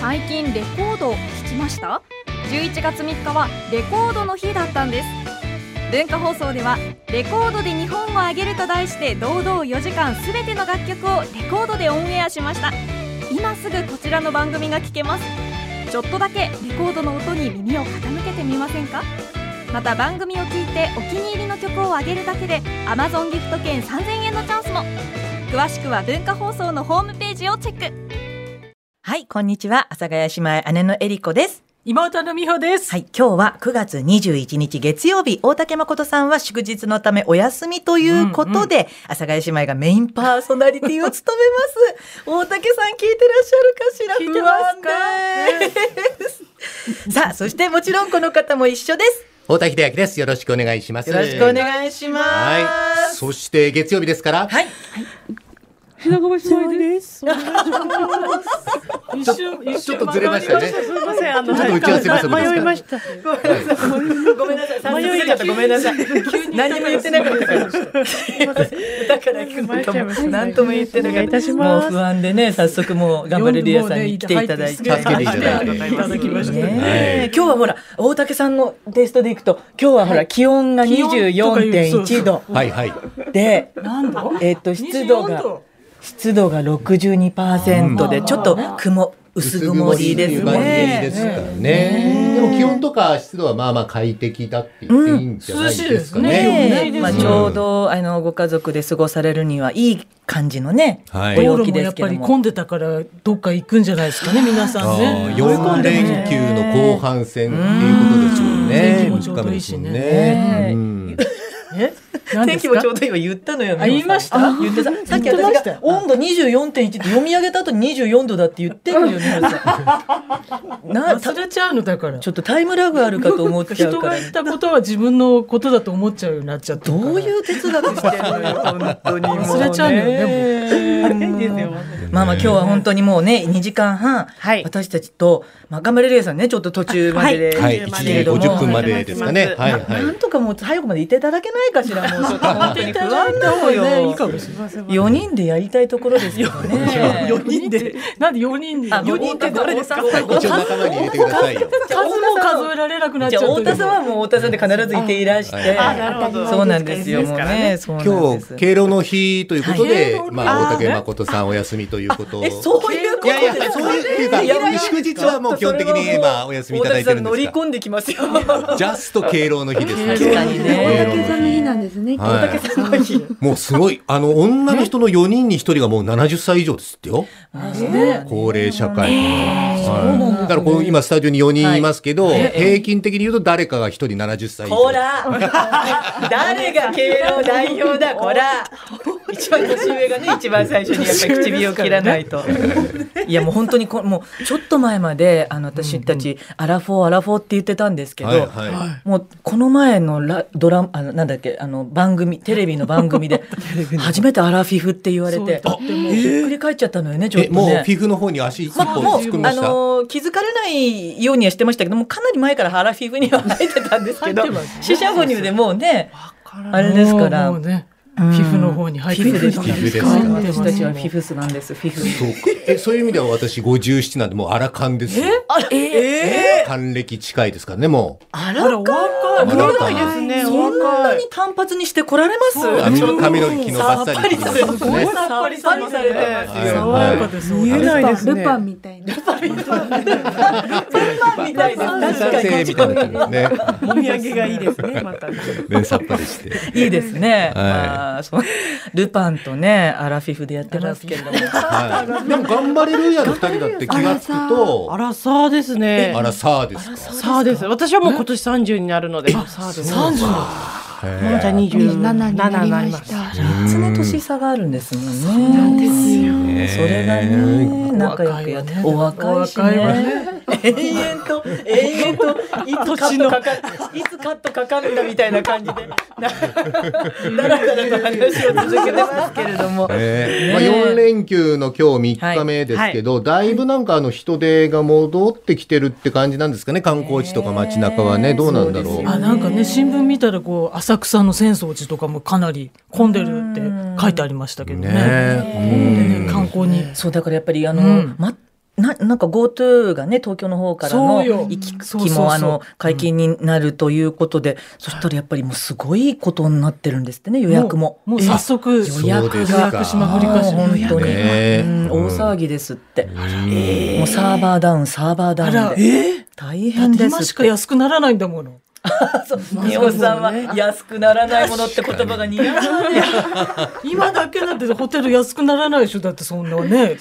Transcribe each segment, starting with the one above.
最近レコードを聴きました11月3日はレコードの日だったんです文化放送では「レコードで日本をあげる」と題して堂々4時間全ての楽曲をレコードでオンエアしました今すぐこちらの番組が聴けますちょっとだけレコードの音に耳を傾けてみませんかまた番組を聞いてお気に入りの曲をあげるだけで Amazon ギフト券3000円のチャンスも詳しくは文化放送のホームページをチェックはい、こんにちは。阿佐ヶ谷姉妹、姉のえりこです。妹の美穂です。はい、今日は9月21日月曜日、大竹誠さんは祝日のためお休みということで、阿佐ヶ谷姉妹がメインパーソナリティを務めます。大竹さん聞いてらっしゃるかしら聞いてますか不安です。さあ、そしてもちろんこの方も一緒です。大田秀明です。よろしくお願いします。よろしくお願いします。はい。そして月曜日ですから、はい。一瞬、一ちょっとずれましたよねすみません、あの、ちょっと打ち合わせ不足ですか迷いました。ごめんなさい。迷い迷いちゃった。ごめんなさい。何も言ってなかったから。だから聞くとも何とも言ってなかお願いいたっ。したますもう不安でね、早速もう頑張れるやさんに来ていただいて。もうね助けていただいてありがとうございますねはえ今日はほら大竹さんのテイストでいくと今日はほら気温が気温とかいうそうそう24.1度はい、はい。でえっと湿度24が度湿度が62%でちょっと雲薄曇りです薄曇りね。ですからね。でも気温とか湿度はまあまあ快適だって言っていいんじゃないですかね。ねまあ、ちょうどあのご家族で過ごされるにはいい感じのね、はいご道陽路気もでやっすけぱどりも。混んでたから、どっか行くんじゃないですかね、皆さんね。 4連休の後半戦っていうことですもんね。うん天気もちょうどいいしね三日目ですもんねねうんえ天何で気すもかちょうど今言ったのよ。あ言いました皆さん言ってさ、さっき言ってま私したが温度24.1って読み上げた後に24度だって言ってるよ、皆さん。な、た 忘れちゃうのだから。ちょっとタイムラグあるかと思っちゃう人かがら。言ったことは自分のことだと思っちゃうようになっちゃったから。どういう哲学してるのよ、本当にもう、忘れちゃうんだよねね。まあまあ今日は本当にもうね、2時間半、はい私たちと、まあ、頑張れるやさんね、ちょっと途中までで、はい、1時50分までですかね。はい、はないん。とかもう最後までいていただけないか しら、もうちょっと本当に不安なのねいよい。かもしれない。 4人でやりたいところですよね。四人で、なんで四人で。あ四人って誰ですか。数も一応仲間に入れてくださいよ。数えられなくなっじちゃゃあう。太田さんはもう太田さんで必ずいていらしはいて、あなるほどそうなんですよもうね、そうなん今です日。敬老の日ということで、はいまあ大竹誠さんお休みということを。えそういうこといやいやそういうっていうかいやいや祝日はもう基本的にまあお休みいただいてるんですが大竹さ乗り込んできますよ。ジャスト敬老の日ですね。確かにね敬老の日さんの日なんですね。はいもうすごいあの女の人の4人に1人がもう70歳以上ですってよ。高齢社会。はいだからこの今スタジオに4人いますけど、平均的に言うと誰かが1人70歳以上。こ ら誰が敬老代表だこら一番年上がね一番最初にやっぱり唇を切らないと、 いやもう本当にこもうちょっと前まであの私たち、アラフォーアラフォーって言ってたんですけど、はいはい。もうこの前のラドラマあのなんだっけあの番組 テレビの番組で初めてアラフィフって言われてそうあひっくり返っちゃったのよねちょっえともうねフ。ィフの方に足一歩まあ、もう、あ突っ込みました。のー気づかれないようにはしてましたけども、かなり前からハラフィフには入ってたんですけど入ってます、ね死者購入でもうね、あれですからもうね、皮膚の方に入ってフィフでしたフィフです入ってます私たちはフィフスなんです、フィフ。そうかえそういう意味では私57なんでもう荒勘ですよ。え還暦近いですからねもう。ああら、らおか若い。若いですね、そんな若い。に単発にして来られますあの髪の毛昨日バッサリ切りましたもんね。さっぱりされてますはい爽やかです。見えないですね。ルパンみたいな。みたいです確か男性みたいな感じですね。お土産がいいですね、また。ねさっぱりして。に。いいですね。はいまあそうルパンとね、アラフィフでやってますけれども。はい。でも頑張れるやの二人だって気がつくとあ、ら、さあですねあ。らさあですか。さあです。私はもう今年三十になるので。さあです。三十。ももちゃん二十27になりなまりましす。た。三つの年差があるんですもんね。そうなんですよ。それがね、仲良くやって、お若いしお若いわね。永遠と永遠といつカットかかいつカットかかるんだみたいな感じで、なだらだらと話を続けてますけれども。ええまあ四連休の今日三日目ですけど、だいぶなんかあの人出が戻ってきてるって感じなんですかね。観光地とか街中はね、どうなんだろう。あ、なんかね、新聞見たら、こう、浅草の浅草寺とかもかなり混んでるって書いてありましたけどね。ねえね観光に。そうだからやっぱりあの、うんまなななんか GoTo がね東京の方からそのうよ行きそうそう来そうもあの解禁になるということで、そしたらやっぱりもうすごいことになってるんですってね予約も。もう早速予約そうがです予約しまくりかしもう本当に、ねうんうん大騒ぎですって、うんもうサーバーダウンサーバーダあらウンでえ大ー、だっ変てです今しか安くならないんだもの美穂さんは安くならないものって言葉が似合うね。 今だけだってホテル安くならないでしょだってそんなね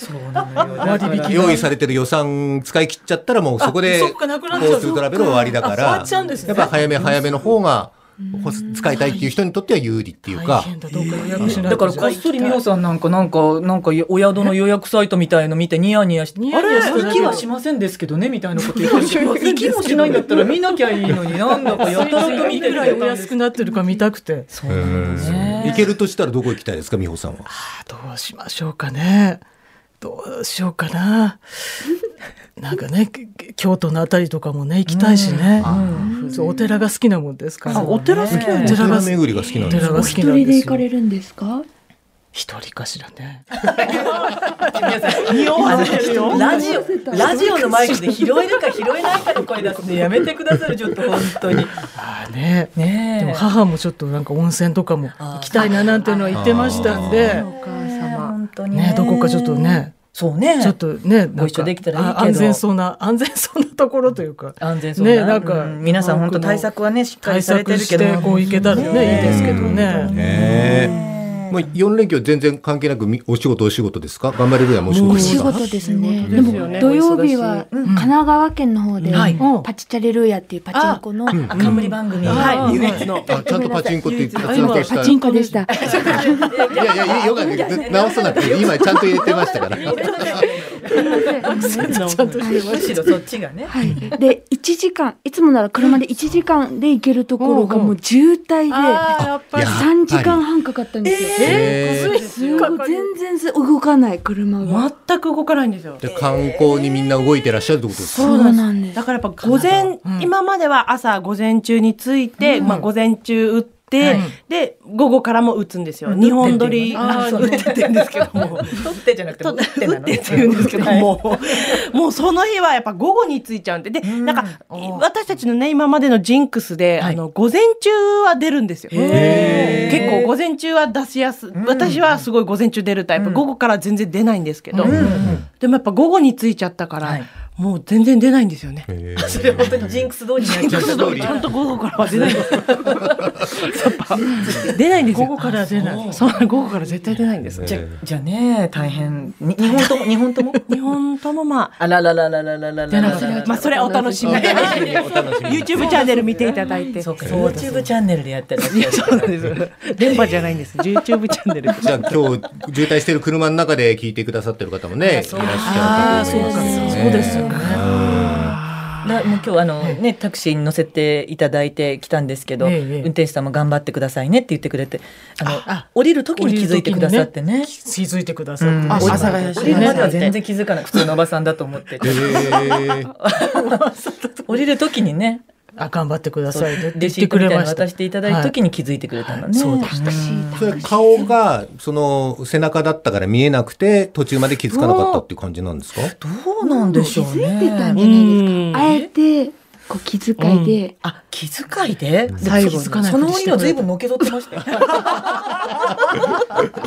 割引が用意されてる予算使い切っちゃったらもうそこであそっ GoTo かなくなっちゃうトラベル終わりだかあ終わらっちゃうんですねやっぱ早め早めの方がほ使いたいっていう人にとっては有利っていう大か変だどうか予約しないだからこっそり美穂んさんなんかなんかなんかお宿の予約サイトみたいの見てニヤニヤしてニあヤニれヤする行きはしませんですけどねみたいなこと言ってるし行きもしないんだったら見なきゃいいのになんだかやたらと見いてくくられおたんです安くなってるか見たくてそううなんんですね行けるとしたらどこ行きたいですか美穂さんはあどうしましょうかねどうしようかな なんかねきき京都のあたりとかもね行きたいしね、そうお寺が好きなもんですから、あお寺好きなんおだ寺がお寺巡りが好きなんですお寺がか好お一きな人んでです行かよれるんですか一人かしらねラジオラジオのマイクで拾えるか拾えないかの声出すのやめてくださいちょっと本当にああねでねも母もちょっとなんか温泉とかも行きたいななんていうのは言ってましたんあでお母様本当にねどこかちょっとねそうねちょっとねご一緒できたらいいけどなんかあ安全そうな安全そうなところという か安全そうな,、ねなんかうん皆さん本当対策はねしっかり対されて策るしけどてこう行けたらねいいですけどね。ねえもう4連休全然関係なくみお仕事お仕事ですか頑張れるやもうお仕事おで仕すか事ですね。仕で事ですよねも土曜日はうん神奈川県の方ではいパチチャレルーヤっていうパチンコのあ冠番組、、はいいあちゃんとパチンコってあ発今音としパたチンコでした。いやいやよかった直さなくて今ちゃんと言えてましたからちゃんとしてむしろそっちがねはい。で1時間いつもなら車で1時間で行けるところがもう渋滞でやっぱり3時間半かかったんですよ。えーすごい全然動かない車が。全く動かないんですよ。で観光にみんな動いてらっしゃるってことですかそうなんですだ。からやっぱ午前、うん今までは朝午前中について、まあ午前中打って、はいで午後からも打つんですよ。うん日本撮り打ってっていうのねあー打ってって言うんですけども。取ってじゃなくてとも打打ってなのってって言うんですけども、 もうその日はやっぱ午後についちゃうんで、で、なんかおー私たちのね、今までのジンクスで、はいあの、午前中は出るんですよ。へー結構午前中は出しやす、ん私はすごい午前中出るタイプ、うん午後から全然出ないんですけど、うんでもやっぱ午後についちゃったから、はいもう全然出ないんですよね。へそれ本当にジンクス通りになっちゃうジンクス通りちゃんと午後からは出 ないんですよ。やっぱ出ないんですよ。午後から出ないそう。そう午後から絶対出ないんです。えじゃじゃあね大変に日本とも日本ともあ日本ともまあ、あららららららららららまあそ れはお楽しみ。YouTube チャンネル見ていただいて。そうか YouTube チャンネルでやってるいやそうなんです電波じゃないんです。YouTube チャンネル。じゃあ今日渋滞してる車の中で聞いてくださってる方もねいらっしゃあるあかそとう思かいますよねそうですよね。だもう今日あの、ね、タクシーに乗せていただいてきたんですけど、ええええ運転手さんも頑張ってくださいねって言ってくれてあのあ降りる時に気づいてくださってね。気づいてくださっうて。んあ降り阿佐ヶ谷市降ねりるまでは全然気づかない普通のおばさんだと思っててへえ降りる時にねあ頑張ってくだそうさいねレって言っシーてトくみれたいなまのした渡。していただいた時に気づいてくれたのね、そうでした。それ顔がその背中だったから見えなくて途中まで気づかなかったっていう感じなんですかどうなんでしょう気づいてたんねじゃないですか。あえてこう気遣いで。あ気遣いで最後にその鬼は随分のけぞってましたよ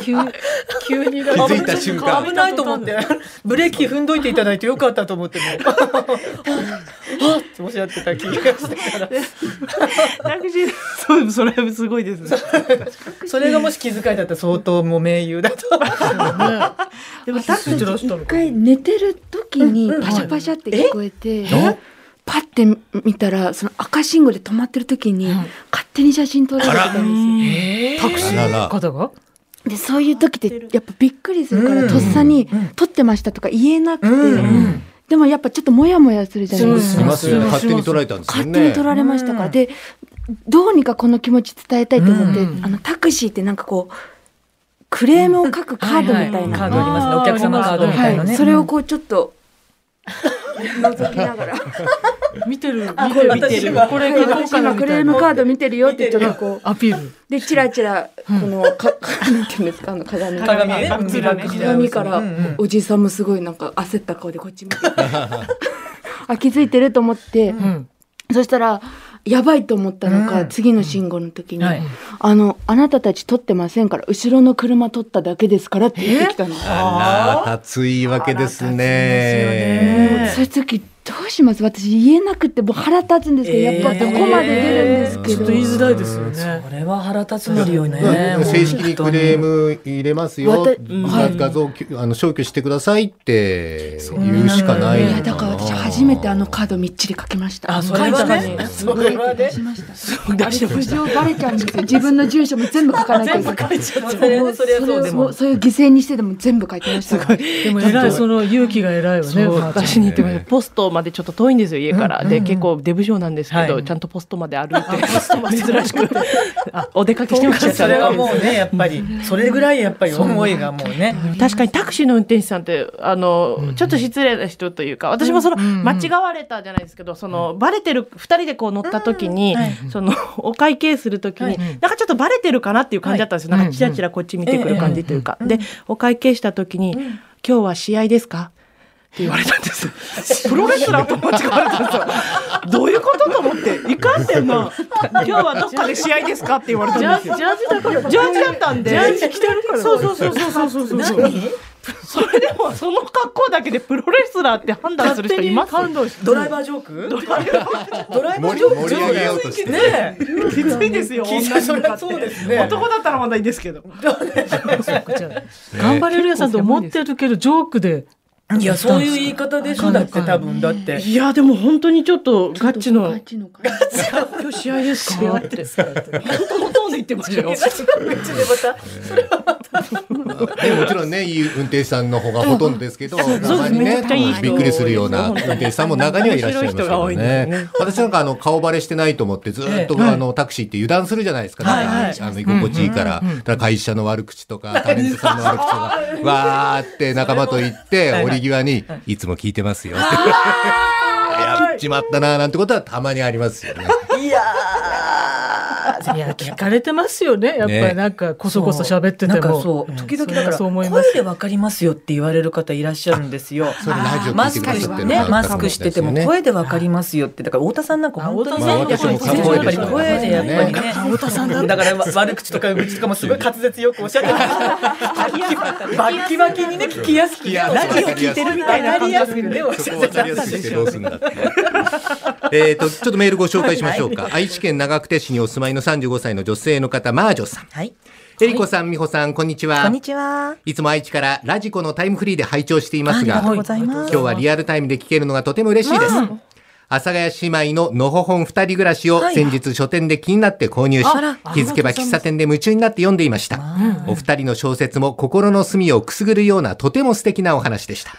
急急に気づいた瞬間危ないと思ってブレーキ踏んどいていただいてよかったと思って もうあっっておっしゃってた気がしてからタクシー、そう、それはすごいですね。それがもし気遣いだったら相当もう盟友だとでもタクシーでらした一回寝てる時にパシャパシャって聞こえて、パッて見たらその赤信号で止まってる時に勝手に写真撮られてたんでタクシーの方がすよ。でそういう時ってやっぱびっくりするからとっさに「撮ってました」とか言えなくてでもやっぱちょっとモヤモヤするじゃないですすかみますよね勝手に取られたんですよ勝ね手に撮られましたからでどうにかこの気持ち伝えたいと思ってあのタクシーってなんかこうクレームを書くカードみたいなカードありますねあーお客様カードみたいなはねい、それをこうちょっと覗きながら見てるあ見てるこれ見私はてるこれ書こう私かな今みクたレーいムカなード見てるよってちょっとこうアピールでチラチラこのか、 なんていうんですかあの鏡鏡ね鏡映る鏡鏡から、うんうんおじいさんもすごいなんか焦った顔でこっ ち見て あ気づいてると思って、うんそしたらやばいと思ったのうか、ん次の信号の時に、はいあの「あなたたち撮ってませんから後ろの車撮っただけですから」って言ってきたの。あら、熱いわけですね。もうそういう時どうします私言えなくてもう腹立つんですけど、えーやっぱどこまで出るんですちけょっとど、言いづらいですよねこれは腹立つのりよねうん。正式にクレーム入れますよわた、画画像きゅあの消去してくださいって言うしかないいやだから私初めてあのカードみっちり書きましたあそれはね書いたのにそれはね出しましたあれ苦情バレちゃうんですよ自分の住所も全部書かないといけない本当にもねそうそれれはそうでをももう。そういう犠牲にしてでも全部書いてましたからでも偉いその勇気が偉いわねそうおばあちゃん私に言ってくださいポストまでちょっと遠いんですよ家から、で結構デブ症なんですけど、はいちゃんとポストまで歩いて珍しくあお出かけしてましたそれはもうねやっぱりそれぐらいやっぱり思いがもうね。確かにタクシーの運転手さんってあの、ちょっと失礼な人というか私もその、間違われたじゃないですけどそのバレてる2人でこう乗った時に、そのお会計する時に、なんかちょっとバレてるかなっていう感じだったんですよ、なんかチラチラこっち見てくる感じというか、でお会計した時に、今日は試合ですか?」って言われたんですよ プロレスラーと間違われたんですよどういうことと思っていかんせん の今日はどっかで試合ですかって言われたんですよジャージだからジャージだったんでジャージ着てるからそうそうそうそうそうそうそうそれでもその格好だけでプロレスラーって判断する人いますドライバージョーク？ドライバージョーク盛り上げようとしてねえ。きついですよきつい女に向かってそりゃそうですね男だったらまだいいですけど頑張れるやさんと思ってるけどジョークでいやそういう言い方でしょだって多分だって。いやでも本当にちょっとガチのガチの感じ今日試合ですかって本当のトーンで言ってましたよね、もちろんね、いい運転手さんの方がほとんどですけど、たまにめちゃねくちゃいい、人びっくりするような運転手さんも中にはいらっしゃいますけど面白い人が多いんですね。私なんかあの顔バレしてないと思ってずっとあのタクシーって油断するじゃないですか。はいはいなんかあの居心地いいから、だから会社の悪口とかタレントさんの悪口とか、わーって仲間と言ってはい折り際にいつも聞いてますよって。 やっちまったなーなんてことはたまにありますよね。いやいや聞かれてますよねやっぱりなんかこそこそ喋ってなてんかもそう時々だかそれはらそう思います声でわかりますよって言われる方いらっしゃるんですよ。それラジオ聞マいスてくだクしさっててる方ね、マスかクもししれなていですてよもね声でわかりますよってだから太田さんなんか本当にまあね、私もやっぱり声でしたね声でやっぱりね、太田さんだだからわ悪口とか愚痴とかもすごい滑舌よくおっしゃってました。バッキバキにね聞きやすく、やすくラジオ聞いてるみたいな感覚でねおっしそゃこっをて分たんかりやすくしでてしどょうすんだって。えっと、ちょっとメールご紹介しましょうか。愛知県長久手市にお住まいの35歳の女性の方、マージョさん。はい。えりこさん、みほさん、こんにちは。ちは。いつも愛知からラジコのタイムフリーで拝聴していますありががとう、ございま今す。日はリアルタイムで聞けるのがとても嬉しいです。阿佐ヶ谷姉妹ののほほん二人暮らしを先日書店で気になって購入し、気づけば喫茶店で夢中になって読んでいました。お二人の小説も心の隅をくすぐるようなとても素敵なお話でした。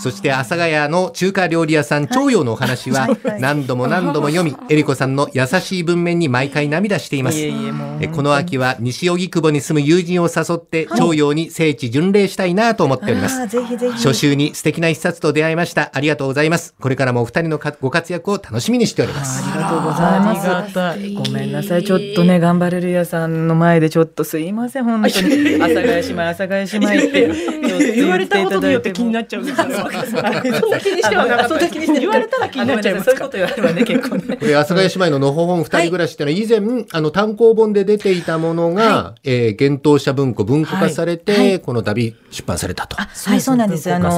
そして阿佐ヶ谷の中華料理屋さん長陽のお話は何度も何度も 読み、えりこさんの優しい文面に毎回涙しています。いえいえもうえこの秋は西荻窪に住む友人を誘って長陽に聖地巡礼したいなと思っております。あーぜひぜひ初週に素敵な一冊と出会いました。ありがとうございます。これからもお二人のかご活躍を楽しみにしております。ありがとうございあまりす。がたいごめんなさい、ちょっとね、頑張れるやさんの前でちょっとすいません、本当に。阿佐ヶ谷姉妹、阿佐ヶ谷姉妹って。言われたことによって気になっっちゃうんですよそんな気にしてはなかった言われたら気になっちゃいますそういうこと言われればね、結構ね。これ、阿佐ヶ谷姉妹ののほほん二人暮らしってのは以前、あの、単行本で出ていたものが、えー、幻冬舎文庫、文庫化されて、この度出版されたと。はい、そうなんです。あの、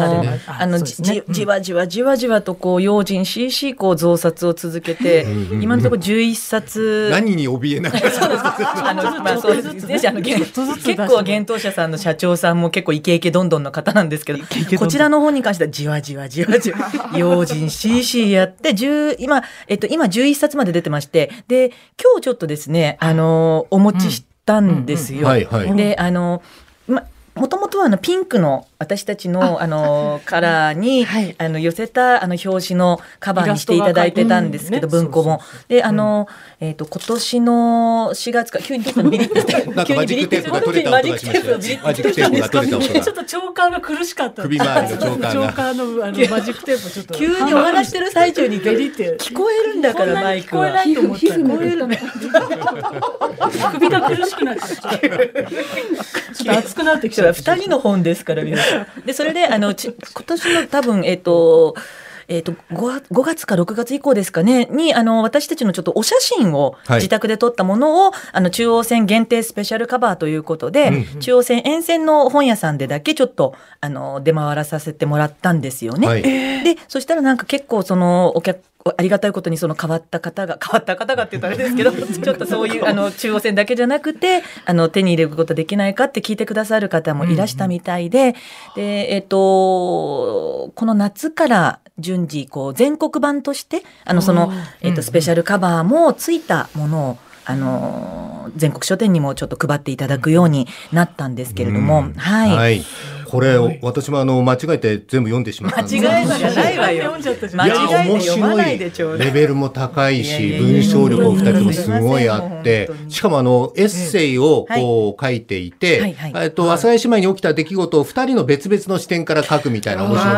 あの、そうですねじ、じわじわじわじわとこう、用心しいしいこう、増刷を続けて、今のところ11冊。何に怯えながら。あの、まあ、そうですね。あの、結構、幻冬舎さんの社長さんも結構イケイケどんどんの方なんですけど、こちらの方に関してはじわじわじわじわ、用心 CC やって、10今、えっと、今11冊まで出てまして、で、今日ちょっとですね、あの、お持ちしたんですよ。うんうんうんはいはいで、あの、ま、もともとはあのピンクの私たちのあのカラーに、はいあの寄せたあの表紙のカバーにしていただいてたんですけど、イラストが文庫本。で、あの、えっ、と、今年の4月か、急にどうしたのビリッてしたなんかマジックテープが取れた音がしましたよ急にマジックテープが取れた音がちょっと聴感が苦しかった。首周りの聴感が聴感のあのマジックテープちょっと。急にお話してる最中にビリって。聞こえるんだから、マイクは。いと思ったらこういうのね。首が苦しくなっちゃった。ちょっと熱くなってきそちれゃはう。二人の本ですから皆さん。 でそれであのち今年の多分えっ、と。えっと 5, 5月か6月以降ですかねにあの私たちのちょっとお写真を、はい自宅で撮ったものをあの中央線限定スペシャルカバーということで、中央線沿線の本屋さんでだけちょっとあの出回らさせてもらったんですよね。はいでそしたらなんか結構そのお客ありがたいことにその変わった方が変わった方がって言ったらあれですけどちょっと そういうあの中央線だけじゃなくてあの手に入れることできないかって聞いてくださる方もいらしたみたいで、でえっ、とこの夏から順次こう全国版としてあのその、えっとスペシャルカバーもついたものをあの全国書店にもちょっと配っていただくようになったんですけれども、うんはい、はい。これ、私もあの、間違えて全部読んでしまったんです。間違えたじゃないわよ読んじゃったじゃ間んいや違えて読まないで面ちょ白ういだいレベルも高いいやいしやいや文章力も二人ともすごいあ本っ当てにしかもあのエッセイをこう書いていて、はいはいえっと阿佐ヶ谷姉妹に起きた出来事を二人の別々の視点から書くみたいな面白いのが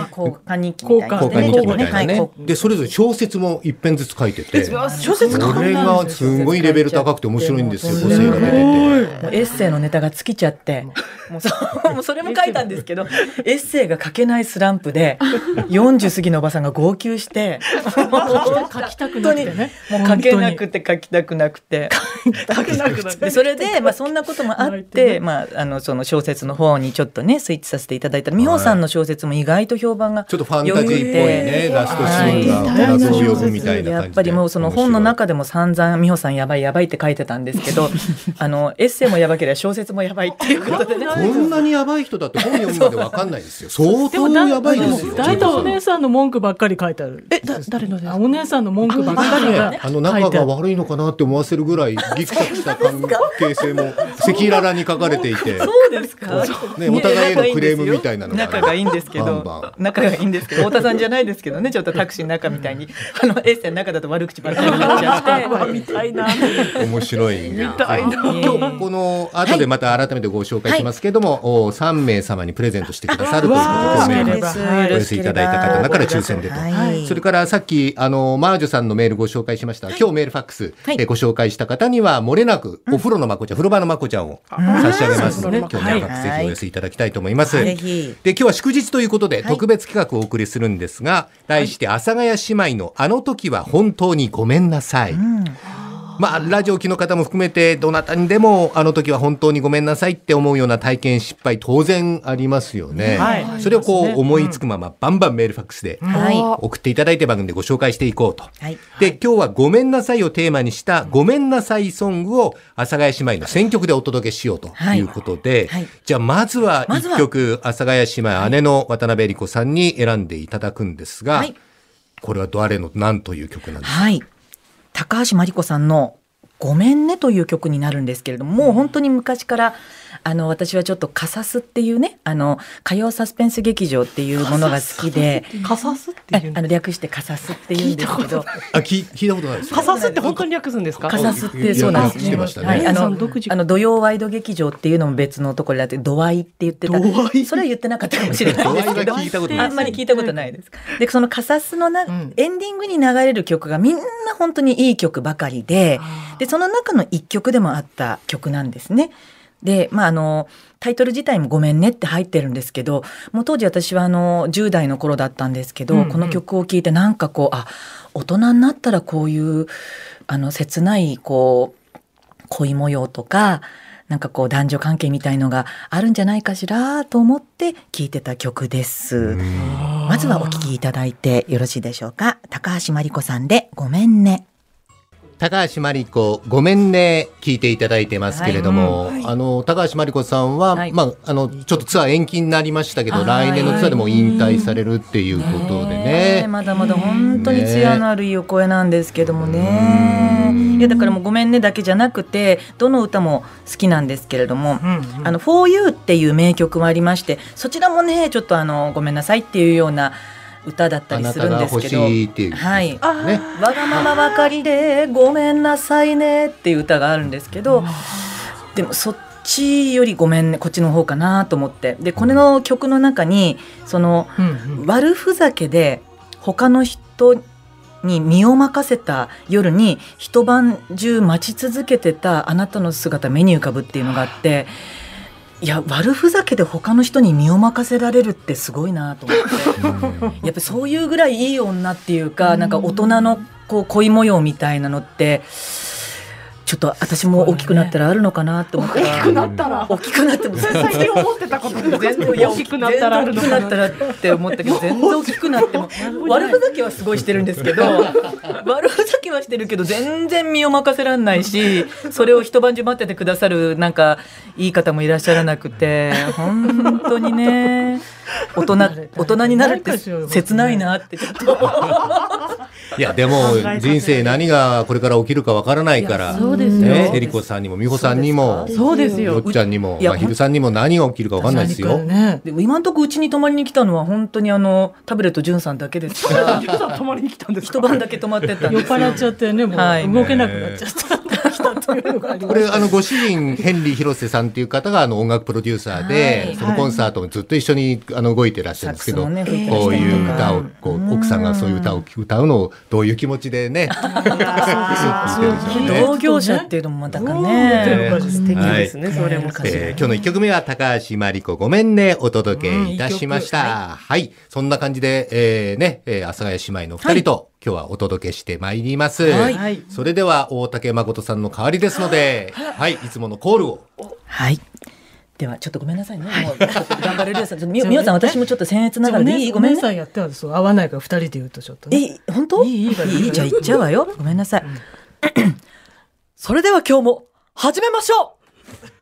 あって。はい、交換日記みたいな、ね、交換日記みたいなはいね。で、それぞれ小説も一編ずつ書いてて、こ小説かれがすごいレベル高くて面白いんですよ、個性が出てて。もうエッセイのネタが尽きちゃって、もう そもうそれも書いたんですけど、エッセイが書けないスランプで、40過ぎのおばさんが号泣して、書きた本く当なっに、てね。もう書けなくて書きたくなくて。書けなくなっでて。それで、まあ、そんなこともあっ泣いててねまあ、あのその小説の方にちょっとねスイッチさせていただいたら美穂さんの小説も意外と評判がちょっとファンタジーっぽいね、ラストシーンはがい謎を呼ぶみたいな感じで。やっぱりもうその本の中でも散々美穂さんやばいやばいって書いてたんですけ どあのエッセイもやばければ小説もやばいっていうことでねこんなにやばい人だって本読むまでわかんないですよ。相当やばいですよ。大体お姉さんの文句ばっかり書いてある。え、だ、誰のお姉さんの文句ばっかりが。あの仲が悪いのかなって思わせるぐらいギクシャクした関係性も赤裸々に書かれていて、そうですかね、お互いへのクレームみたいなのが仲がいいんですけバンバど仲がいいんですけど太田さんじゃないですけどねちょっとタクシーの中みたいにあのエッセイの中だと悪口ばっかりになっちゃ って。みたいな。面白いんで。えーこの後でまた改めてご紹介しますけども、お3名様にプレゼントしてくださるというわことーで、そう5名で様すお寄せいただいた方の中から抽選でと。はいそれからさっき、あの、マージュさんのメールご紹介しました。今日メールファックス、はいえーご紹介した方には、漏れなく、お風呂のまこちゃん、風呂場のまこちゃんを差し上げますので、うん今日メールファックスぜひお寄せいただきたいと思います。はいで、ぜひ今日は祝日ということで、特別企画をお送りするんですが、題して、阿佐ヶ谷姉妹のあの時は本当にごめんなさい。まあ、ラジオ機の方も含めて、どなたにでも、あの時は本当にごめんなさいって思うような体験、失敗、当然ありますよね。はいそれをこう、思いつくまま、バンバンメールファックスで、はい送っていただいて番組でご紹介していこうと。はいで、今日はごめんなさいをテーマにした、ごめんなさいソングを、阿佐ヶ谷姉妹の選曲でお届けしようとはいいうことで、はいじゃあまずはまず一は曲、阿佐ヶ谷姉妹姉の渡辺理子さんに選んでいただくんですが、はいこれは誰の何という曲なんですかはい。高橋真理子さんのごめんねという曲になるんですけれども、もう本当に昔から、あの、私はちょっとカサスっていうね、あの、火曜サスペンス劇場っていうものが好きで、かさすってあいうあの、略してカサスっていうんですけど、あ、き聞いたことないですカかサスって本当に略すんですかカサスっいてやそうなんですしてね。ましたねはい、あ皆さのん独自あの土曜ワイド劇場っていうのも別のところであって土ワイって言ってた土ワイそれは言ってなかったかもしれないですけど土ワイは聞いたことないあんまり聞いたことないですでその「カサスのな、エンディングに流れる曲がみんな本当にいい曲ばかりででその中の一曲でもあった曲なんですね。で、まあ、あの、タイトル自体もごめんねって入ってるんですけど、もう当時私はあの、10代の頃だったんですけど、うんうんこの曲を聴いてなんかこう、あ、大人になったらこういう、あの、切ない、こう、恋模様とか、なんかこう男女関係みたいのがあるんじゃないかしらと思って聴いてた曲です。まずはお聴きいただいてよろしいでしょうか。高橋真理子さんでごめんね。高橋真理子ごめんね聞いていただいてますけれども、あの高橋真理子さんは、はいまああのちょっとツアー延期になりましたけど、はい来年のツアーでも引退されるっていうことでねね。えまだまだ本当に艶のあるいいお声なんですけどもね。いやだからもうごめんねだけじゃなくてどの歌も好きなんですけれども。あの For You っていう名曲もありましてそちらもねちょっとあのごめんなさいっていうような歌だったありなすたるんがです欲けしどいっていう、はいね。わがままばかりでごめんなさいねっていう歌があるんですけど、でもそっちよりごめんねこっちの方かなと思ってでこれの曲の中にその悪ふざけで他の人に身を任せた夜に一晩中待ち続けてたあなたの姿目に浮かぶっていうのがあって。いや悪ふざけで他の人に身を任せられるってすごいなと思ってやっぱそういうぐらいいい女っていうか、なんか大人のこう恋模様みたいなのって。ちょっと私も大きくなったらあるのかなと思って。大きくなったら。大きくなってもそれ最近思ってたことで全然大きくなったらあるの大きかくななったらって思ったけど全然大きくな っても悪ふざけはすごいしてるんですけど悪ふざけはしてるけど全然身を任せらんないしそれを一晩中待っててくださるなんかいい方もいらっしゃらなくて本当にね大人大人になるって切ないなってちょっといやでも考えさせない人生何がこれから起きるかわからないから、そうですよね、えりこさんにも美穂さんにも、そうですよよ。っちゃんにも、いやまあ、ひるさんにも何が起きるかわかんないですよ。ね。でも今んとこうちに泊まりに来たのは本当にあのタブレットじゅんさんだけですから皆さん泊まりに来たんです一か。晩だけ泊まってったん酔でっすよ払っちゃってね、もはいう動けなくなっちゃった。来たというのがありこまれす。あのご主人ヘンリー広瀬さんっていう方があの音楽プロデューサーで、はいそのコンサートもずっと一緒にあの動いてらっしゃるんですけサックスもねど、吹いてらっしこゃうるいとうか歌をこう奥さんがそういう歌を歌うのをどういう気持ちで ね、そうですよね同業者っていうのもまたかねね。素敵ですね。それも。えー今日の一曲目は高橋真理子ごめんねお届けいたしました。はい、そんな感じで、えーね、えー阿佐ヶ谷姉妹の二人と、今日はお届けしてまいります。はいそれでは大竹誠さんの代わりですので、はい、いつものコールを。はい。ではちょっとごめんなさいね。もうちょっと頑張れるさ ん、ちょっとみみおさん私もちょっと僭越ながらでいいごめんね。ねさ。んやってはそう合わないから二人で言うとちょっとね。え本当？いいいいからいいじゃあ行っちゃう わよ。ごめんなさい。それでは今日も始めましょう。